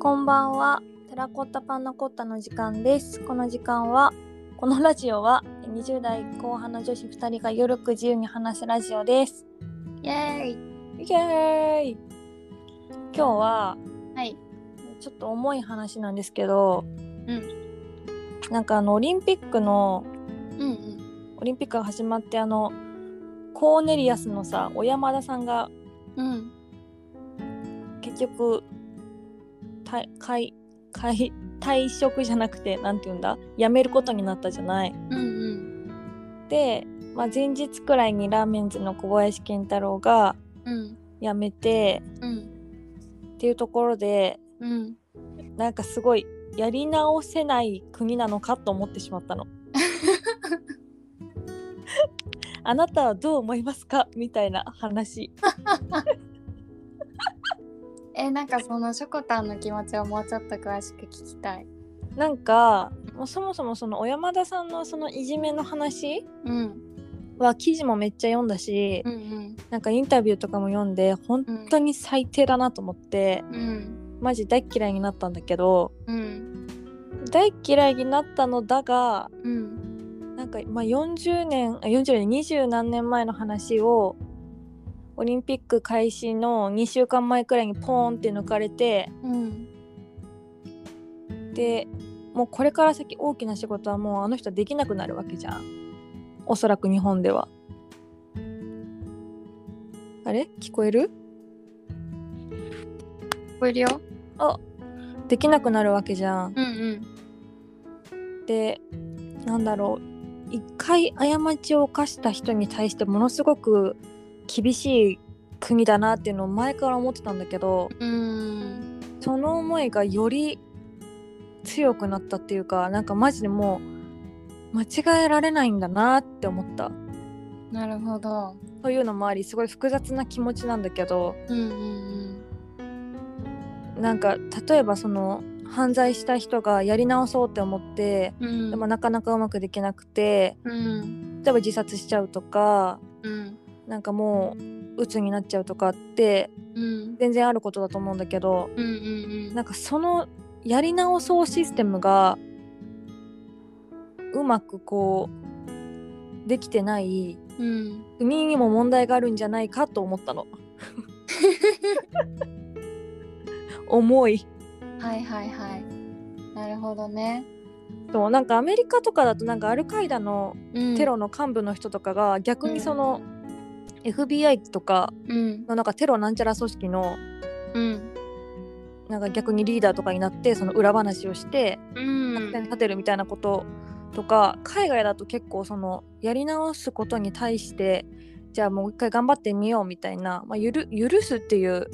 こんばんは。テラコッタパンナコッタの時間です。この時間は、このラジオは20代後半の女子2人がゆるく自由に話すラジオです。イエーイイエーイ今日ははい。ちょっと重い話なんですけど、うんなんかあのオリンピックのうんうん。オリンピックが始まってあのコーネリアスのさ小山田さんがうん。結局た退退退職じゃなくてなんて言うんだ辞めることになったじゃない。うんで、まあ、前日くらいにラーメンズの小林健太郎がうん。うん。辞めてうん。っていうところでうん。なんかすごいやり直せない国なのかと思ってしまった の。あなたはどう思いますかみたいな話。え、なんかそのしょこたんの気持ちをもうちょっと詳しく聞きたい。なんかもうそもそもその小山田さんのそのいじめの話うん。は記事もめっちゃ読んだし、うんなんかインタビューとかも読んで本当に最低だなと思ってうん。うん。マジ大っ嫌いになったんだけどうん。大っ嫌いになったのだがうん。なんかまあ40年あ40年20何年前の話をオリンピック開始の2週間前くらいにポーンって抜かれてうん。でもうこれから先大きな仕事はもうあの人できなくなるわけじゃんおそらく日本ではあれ聞こえる聞こえるよ。できなくなるわけじゃんうんうん。でなんだろう一回過ちを犯した人に対してものすごく厳しい国だなっていうのを前から思ってたんだけどうん。その思いがより強くなったっていうかなんかマジでもう間違えられないんだなって思ったなるほど。というのもありすごい複雑な気持ちなんだけどうんうんなんか例えばその犯罪した人がやり直そうって思ってうん。うん。でもなかなかうまくできなくてうん。例えば自殺しちゃうとかうん。なんかもう鬱になっちゃうとかってうん。全然あることだと思うんだけどうんうんなんかそのやり直そうシステムがうまくこうできてないうん。うん。国にも問題があるんじゃないかと思ったの。重いはいはいはい。なるほどね。そうなんかアメリカとかだとなんかアルカイダのうん。テロ。の幹部の人とかが逆にその FBI とかうん。のなんかテロなんちゃら組織のうん。なんか逆にリーダーとかになってその裏話をしてうん作戦立てるみたいなこととか海外だと結構そのやり直すことに対してじゃあもう一回頑張ってみようみたいな、まあ、ゆる許すっていう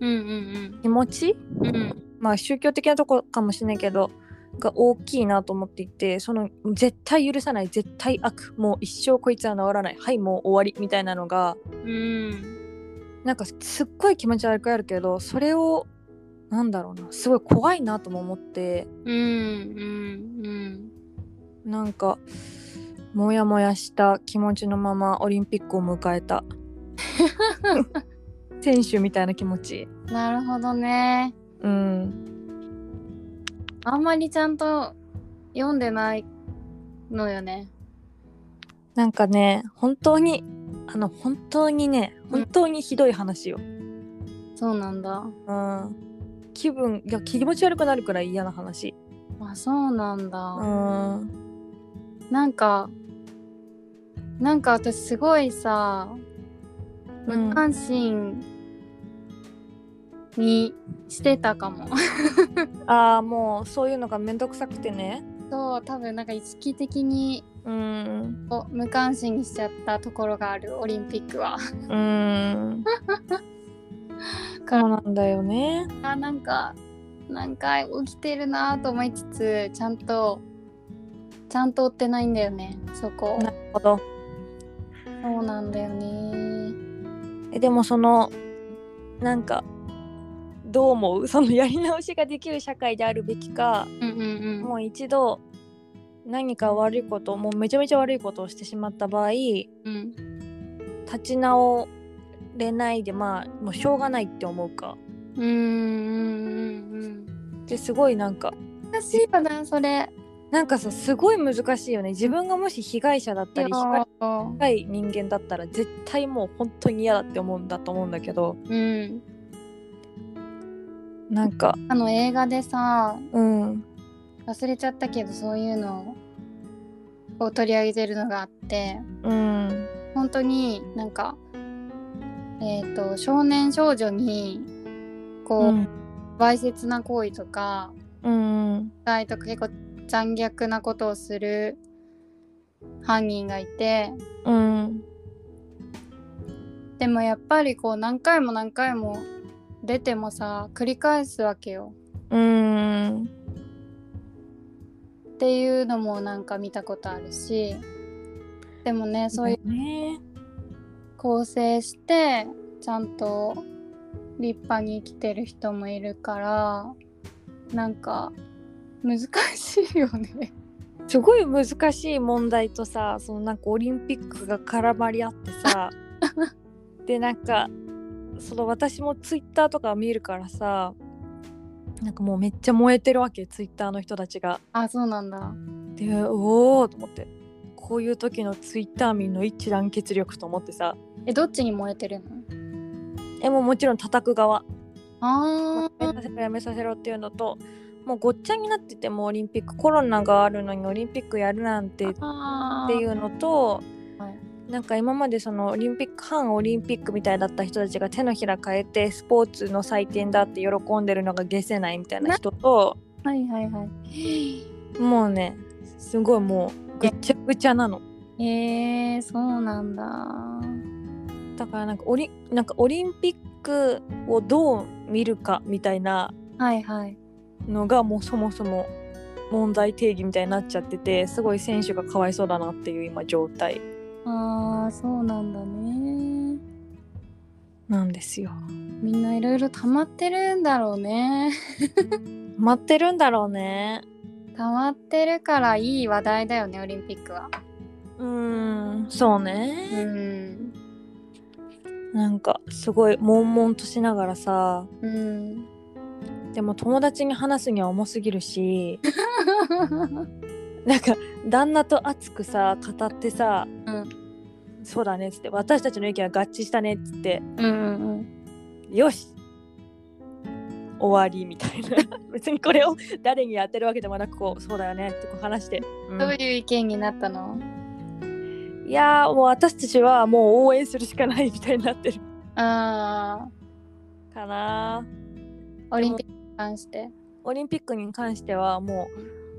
うん気持ち、うんうん。まあ、宗教的なとこかもしれないけどが大きいなと思っていてその絶対許さない絶対悪もう一生こいつは治らないはいもう終わりみたいなのがうん。なんかすっごい気持ち悪くやるけどそれをなんだろうなすごい怖いなとも思ってうん。うん。なんかモヤモヤした気持ちのままオリンピックを迎え た選手みたいな気持ちうん。なるほどね。うんあんまりちゃんと読んでないのよね。なんかね本当にあの本当にねうん本当にひどい話よ、そうなんだ。うん、気分いや気持ち悪くなるくらい嫌な話あ、そうなんだ。うんなんか、なんか私すごいさ、うん無関心にしてたかも。 ああもうそういうのがめんどくさくてねそう、多分なんか意識的にうんこう無関心にしちゃったところがある、オリンピックは。 うんそうなんだよね。あなんか何回起きてるなと思いつつちゃんとちゃんと追ってないんだよねそこなるほど。そうなんだよねえでもそのなんかどう思うそのやり直しができる社会であるべきかうんうんもう一度何か悪いこともうめちゃめちゃ悪いことをしてしまった場合立うんち直れないでまあもうしょうがないって思うか。うんうんうんうんですごいなんか難しいよねそれなんかさすごい難しいよね自分がもし被害者だったり被害う深い人間だったら絶対もう本当に嫌だって思うんだと思うんだけどんなんかあの映画でさうん忘れちゃったけどそういうのを取り上げてるのがあってうん本当になんかえっ、と少年少女にこう、うんわいせつな行為とかうん虐待とか結構残虐なことをする犯人がいてうんでもやっぱりこう何回も何回も出てもさ繰り返すわけようんっていうのもなんか見たことあるしでもねそういうね構成してちゃんと立派に生きてる人もいるからなんか難しいよね。すごい難しい問題とさそのなんかオリンピックが絡まり合って さでなんかその私もツイッターとか見るからさなんかもうめっちゃ燃えてるわけツイッターの人たちが。あそうなんだ。でおおと思ってこういう時のツイッター民の一致団結力と思ってさえどっちに燃えてるのえもうもちろん叩く側あやめさせろやめさせろっていうのともうごっちゃになっててもうオリンピックコロナがあるのにオリンピックやるなんてっあていうのとはなんか今までそのオリンピック反オリンピックみたいだった人たちが手のひら変えてスポーツの祭典だって喜んでるのが解せないみたいな人とはいはいはい。もうねすごいもうぐっちゃぐちゃなの。えー、そうなんだ。だからなんかオリなんかオリンピックをどう見るかみたいなはいはい。のがもうそもそも問題定義みたいになっちゃっててすごい選手がかわいそうだなっていう今状態あーそうなんだね。なんですよ。みんないろいろ溜まってるんだろうね。待ってるんだろうね。溜まってるからいい話題だよね、オリンピックは。うーんそううね、ん。なんかすごい悶々としながらさうん。でも友達に話すには重すぎるし なんか旦那と熱くさ語ってさ「うんそうだね」っつって「私たちの意見は合致したね」っつってうんうんよし終わりみたいな 別にこれを誰にやってるわけでもなくこうそうだよねってこう話して、ううんん。どういう意見になったのいやーもう私たちはもう応援するしかないみたいになってるあかなーオリンピックに関して。オリンピックに関してはも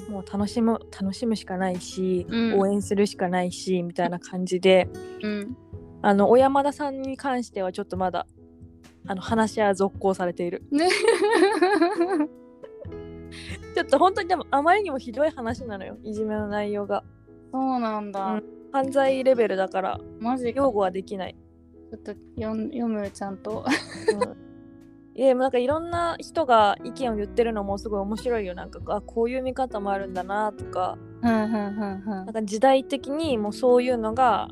うもう楽しむ楽しむしかないし、うん応援するしかないしみたいな感じでうん。 あの小山田さんに関してはちょっとまだあの話は続行されているねちょっと本当にでもあまりにもひどい話なのよいじめの内容がそうなんだ。うん犯罪レベルだからマジか擁護はできない。ちょっと読ん読むちゃんと。 いやでもなんかいろんな人が意見を言ってるのもすごい面白いよなんかあこういう見方もあるんだなとかうんうんうんなんか時代的にもうそういうのが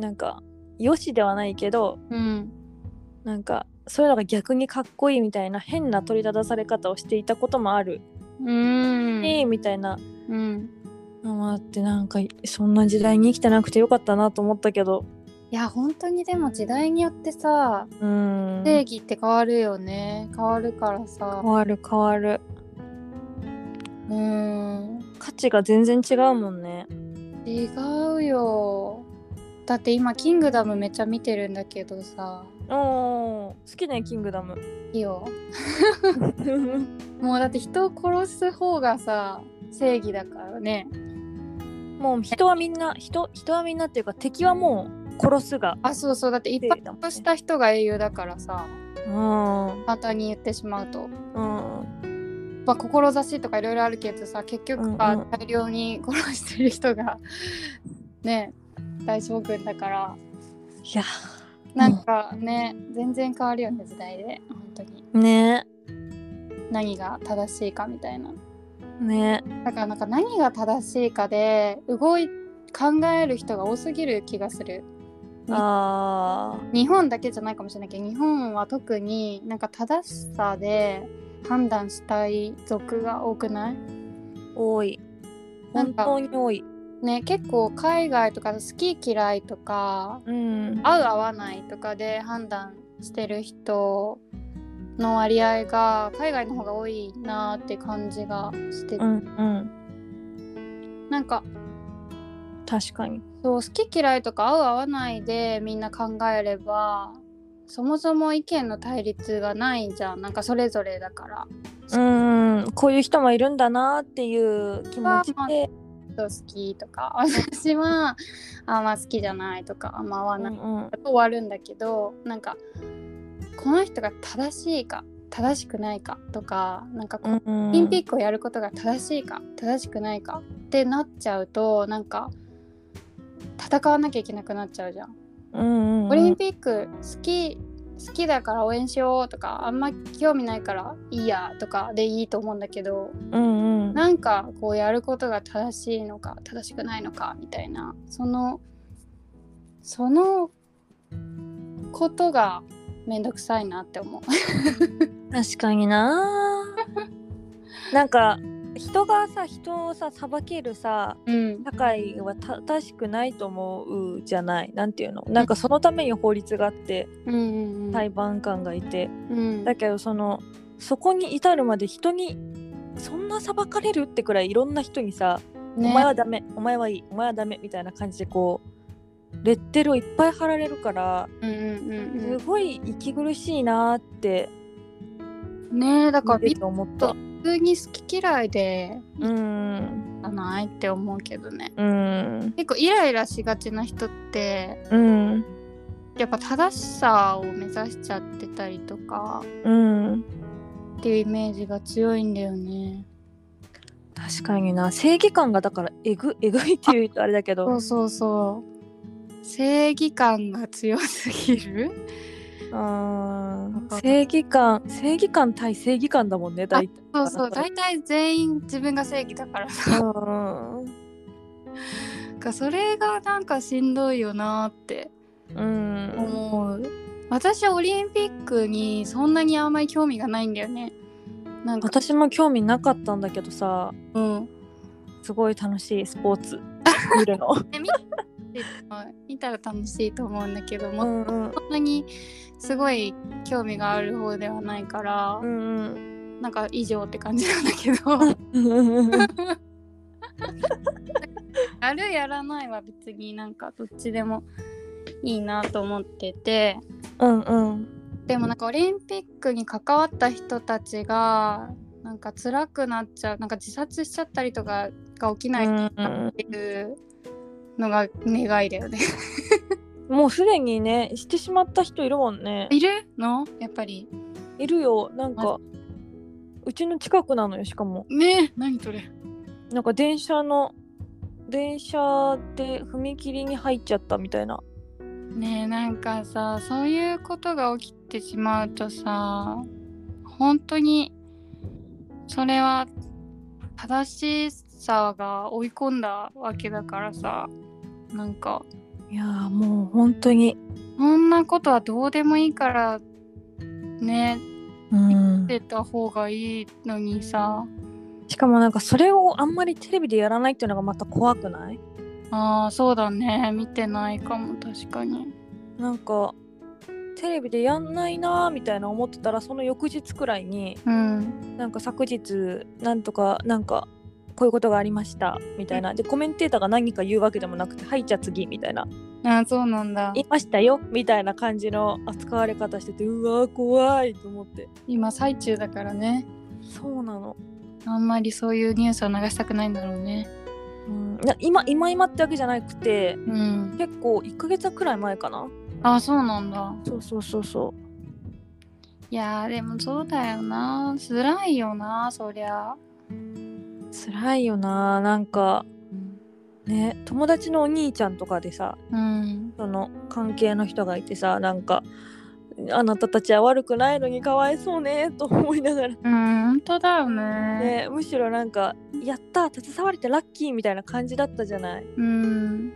なんか良しではないけどうん。うん。なんかそういうのが逆にかっこいいみたいな変な取り立たされ方をしていたこともあるうし、ん。みたいなうん。のもあってなんかそんな時代に生きてなくてよかったなと思ったけどいや本当にでも時代によってさうん定義って変わるよね変わるからさ変わる変わるうん価値が全然違うもんね違うよだって今「キングダム」めっちゃ見てるんだけどさおー好きねキングダム いいよもうだって人を殺す方がさ正義だからねもう人はみんな人人はみんなっていうか敵はもう殺すがあそうそうだって一正義だもんね発した人が英雄だからさうんうん簡単に言ってしまうとまあ、志とかいろいろあるけどさ結局うはんうん大量に殺してる人が ね大将軍だからいやなんかね、全然変わるよね時代で本当にね何が正しいかみたいなねだからなんか何が正しいかで動い考える人が多すぎる気がするあー日本だけじゃないかもしれないけど日本は特になんか正しさで判断したい族が多くない多いなん本か当に多いね結構海外とか好き嫌いとかうん合う合わないとかで判断してる人の割合が海外の方が多いなーって感じがして、うんうんなんか確かにそう好き嫌いとか合う合わないでみんな考えればそもそも意見の対立がないじゃんなんかそれぞれだからうんこういう人もいるんだなっていう気持ちまあで人好きとか 私はあんま好きじゃないとかあんま合わうんないうんと終わるんだけどなんかこの人が正しいか正しくないかとかなんかこううんオリンピックをやることが正しいか正しくないかってなっちゃうとなんか戦わなきゃいけなくなっちゃうじゃん。うんうんオリンピック好き好きだから応援しようとかあんま興味ないからいいやとかでいいと思うんだけどうんうんなんかこうやることが正しいのか正しくないのかみたいなそのそのことがめんどくさいなって思う。確かにな なんか人がさ人をさ裁けるさうん、社会は正しくないと思うじゃないなんていうのなんかそのために法律があってうんうんうん裁判官がいてうんだけどそのそこに至るまで人にそんな裁かれるってくらいいろんな人にさ、お前はダメお前はいいお前はダメみたいな感じでこうレッテルをいっぱい貼られるからうんうんうんすごい息苦しいなーってうんねえだから見ビてて思った。普通に好き嫌いでうんじゃないって思うけどねうん結構イライラしがちな人ってうんやっぱ正しさを目指しちゃってたりとかうんっていうイメージが強いんだよね確かにな正義感がだからえぐえぐいっていうとあれだけ そどうそうそう正義感が強すぎるあわかーる正義感正義感対正義感だもんね大体そうそう大体全員自分が正義だからさうなんかそれがなんかしんどいよなってんうん思う私はオリンピックにそんなにあんまり興味がないんだよねなんか私も興味なかったんだけどさうんすごい楽しいスポーツ見るの見たら楽しいと思うんだけどうも、んうんそんなにすごい興味がある方ではないから、うんなんか以上って感じなんだけどうんやるやらないは別になんかどっちでもいいなと思っててうんうんでもなんかオリンピックに関わった人たちがなんか辛くなっちゃうなんか自殺しちゃったりとかが起きないっていうのが願いだよね。もうすでにねしてしまった人いるもんねいるのやっぱり。いるよなんかうちの近くなのよしかもねえ何それ。なんか電車の電車で踏切に入っちゃったみたいなねえなんかさそういうことが起きてしまうとさ本当にそれは正しさが追い込んだわけだからさなんかいやーもう本当にそんなことはどうでもいいからねうん出た方がいいのにさしかもなんかそれをあんまりテレビでやらないっていうのがまた怖くないああそうだね見てないかも確かになんかテレビでやんないなーみたいな思ってたらその翌日くらいにうんなんか昨日なんとかなんかこういうことがありましたみたいなでコメンテーターが何か言うわけでもなくて「はいじゃあ次」みたいなああそうなんだ「言いましたよ」みたいな感じの扱われ方しててうわー怖いと思って今最中だからねそうなの、あんまりそういうニュースを流したくないんだろうねうん、な今今今ってわけじゃなくてうん結構1ヶ月くらい前かなあそうなんだそうそうそうそういやーでもそうだよな辛いよなそりゃ、辛いよななんかうん、ね友達のお兄ちゃんとかでさうんその関係の人がいてさなんかあなたたちは悪くないのにかわいそうねと思いながら、本当だよねね、むしろなんかやった携われてラッキーみたいな感じだったじゃないうん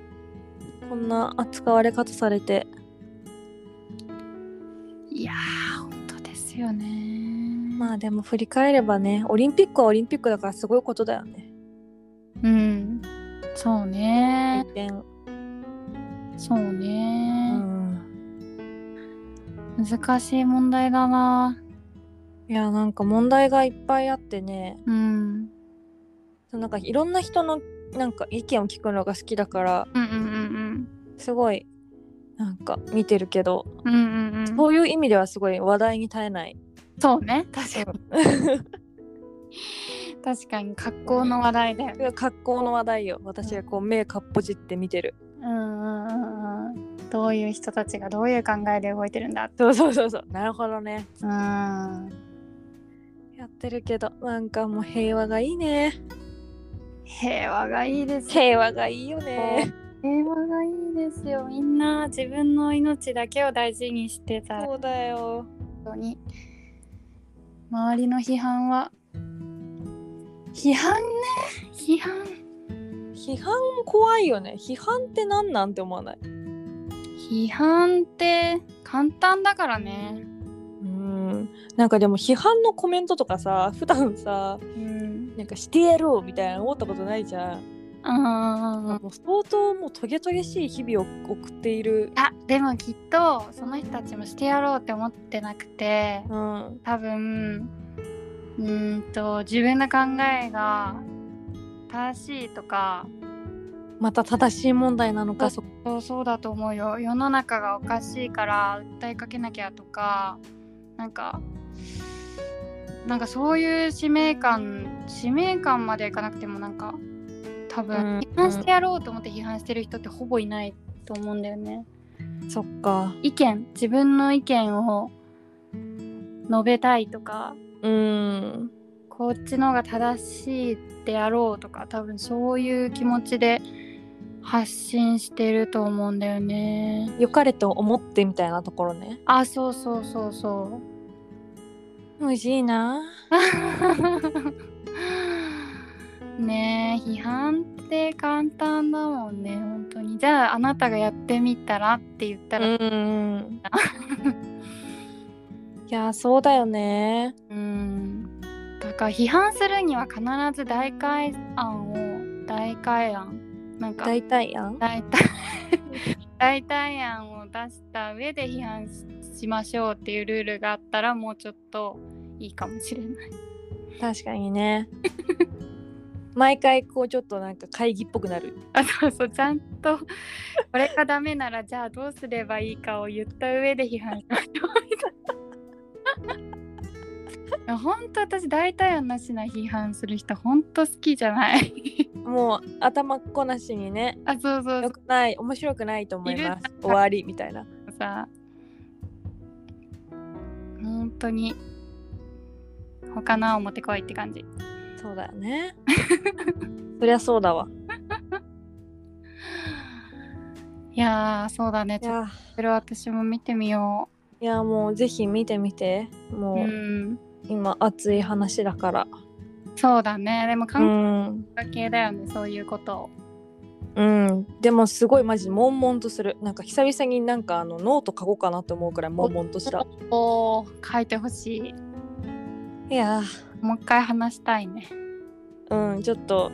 こんな扱われ方されていやー本当ですよねまあでも振り返ればねオリンピックはオリンピックだからすごいことだよねうんそうね一見そううね、ん難しい問題だないやなんか問題がいっぱいあってねうんそのなんかいろんな人のなんか意見を聞くのが好きだからうんうんすごいなんか見てるけどうんうんうんうんうんそういう意味ではすごい話題に絶えないそうね確かに確かに格好の話題だよね格好の話題よ私がこう目かっぽじって見てるうんうんうんうんどういう人たちがどういう考えで動いてるんだってそうそうそうそうなるほどねうんやってるけどなんかもう平和がいいね平和がいいです平和がいいよね平和がいいですよみんな自分の命だけを大事にしてたそうだよのに周りの批判は批判ね批判批判怖いよね批判って何なんて思わない批判って簡単だからねうんなんかでも批判のコメントとかさ普段さうんなんかしてやろうみたいな思ったことないじゃん、あもう相当もうトゲトゲしい日々を送っているあでもきっとその人たちもしてやろうって思ってなくてうん多分うーんと自分の考えが正しいとかまた正しい問題なのかあそこそうそうだと思うよ世の中がおかしいから訴えかけなきゃとかなんかなんかそういう使命感使命感まではいかなくてもなんか多うん分批判してやろうと思って批判してる人ってほぼいないと思うんだよね。そっか意見自分の意見を述べたいとかうんこっちの方が正しいであろうとか多分そういう気持ちで発信してると思うんだよね。良かれと思ってみたいなところねあそうそうそうそう 無事いいなねえ批判って簡単だもんね本当にじゃああなたがやってみたらって言ったうらうん、んいやそうだよねだから批判するには必ず大改案を大改案なんか大体やん大体 大体案を出した上で批判ししましょうっていうルールがあったらもうちょっといいかもしれない。確かにね毎回こうちょっとなんか会議っぽくなるあそう そうちゃんとこれがダメならじゃあどうすればいいかを言った上で批判しましょ うみたいな。本当私大体案なしな批判する人本当好きじゃない。 もう頭っこなしにねあそうそうそ良うくない面白くないと思いまいする終わりみたいなさ本当に他の案持ってこいって感じ。そうだよ ねそりゃそうだわいやーそうだねいちょっやとそれ私も見てみよいやもうぜひ見てみてう。もううん今熱い話だからそうだねでもう感ん、覚系だよね、そういうことを。うん、でもすごいマジ悶々とするなんか久々になんかあのノート書こうかなと思うくらい悶々としたおお書いてほしいいやもう一回話したいねーうんちょっと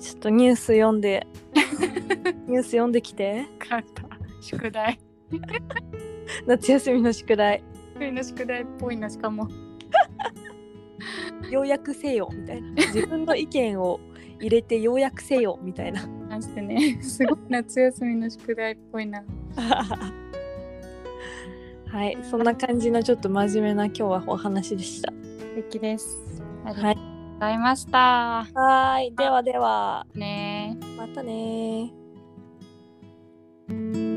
ちょっとニュース読ん でニュース読んできて分かった宿題夏休みの宿題国の宿題っぽいなしかも要約せよみたいな自分の意見を入れて要約せよみたい な話してねすごい夏休みの宿題っぽいなはいそんな感じのちょっと真面目な今日はお話でした素敵ですありはがいとうございました、はーいではではねーまたねー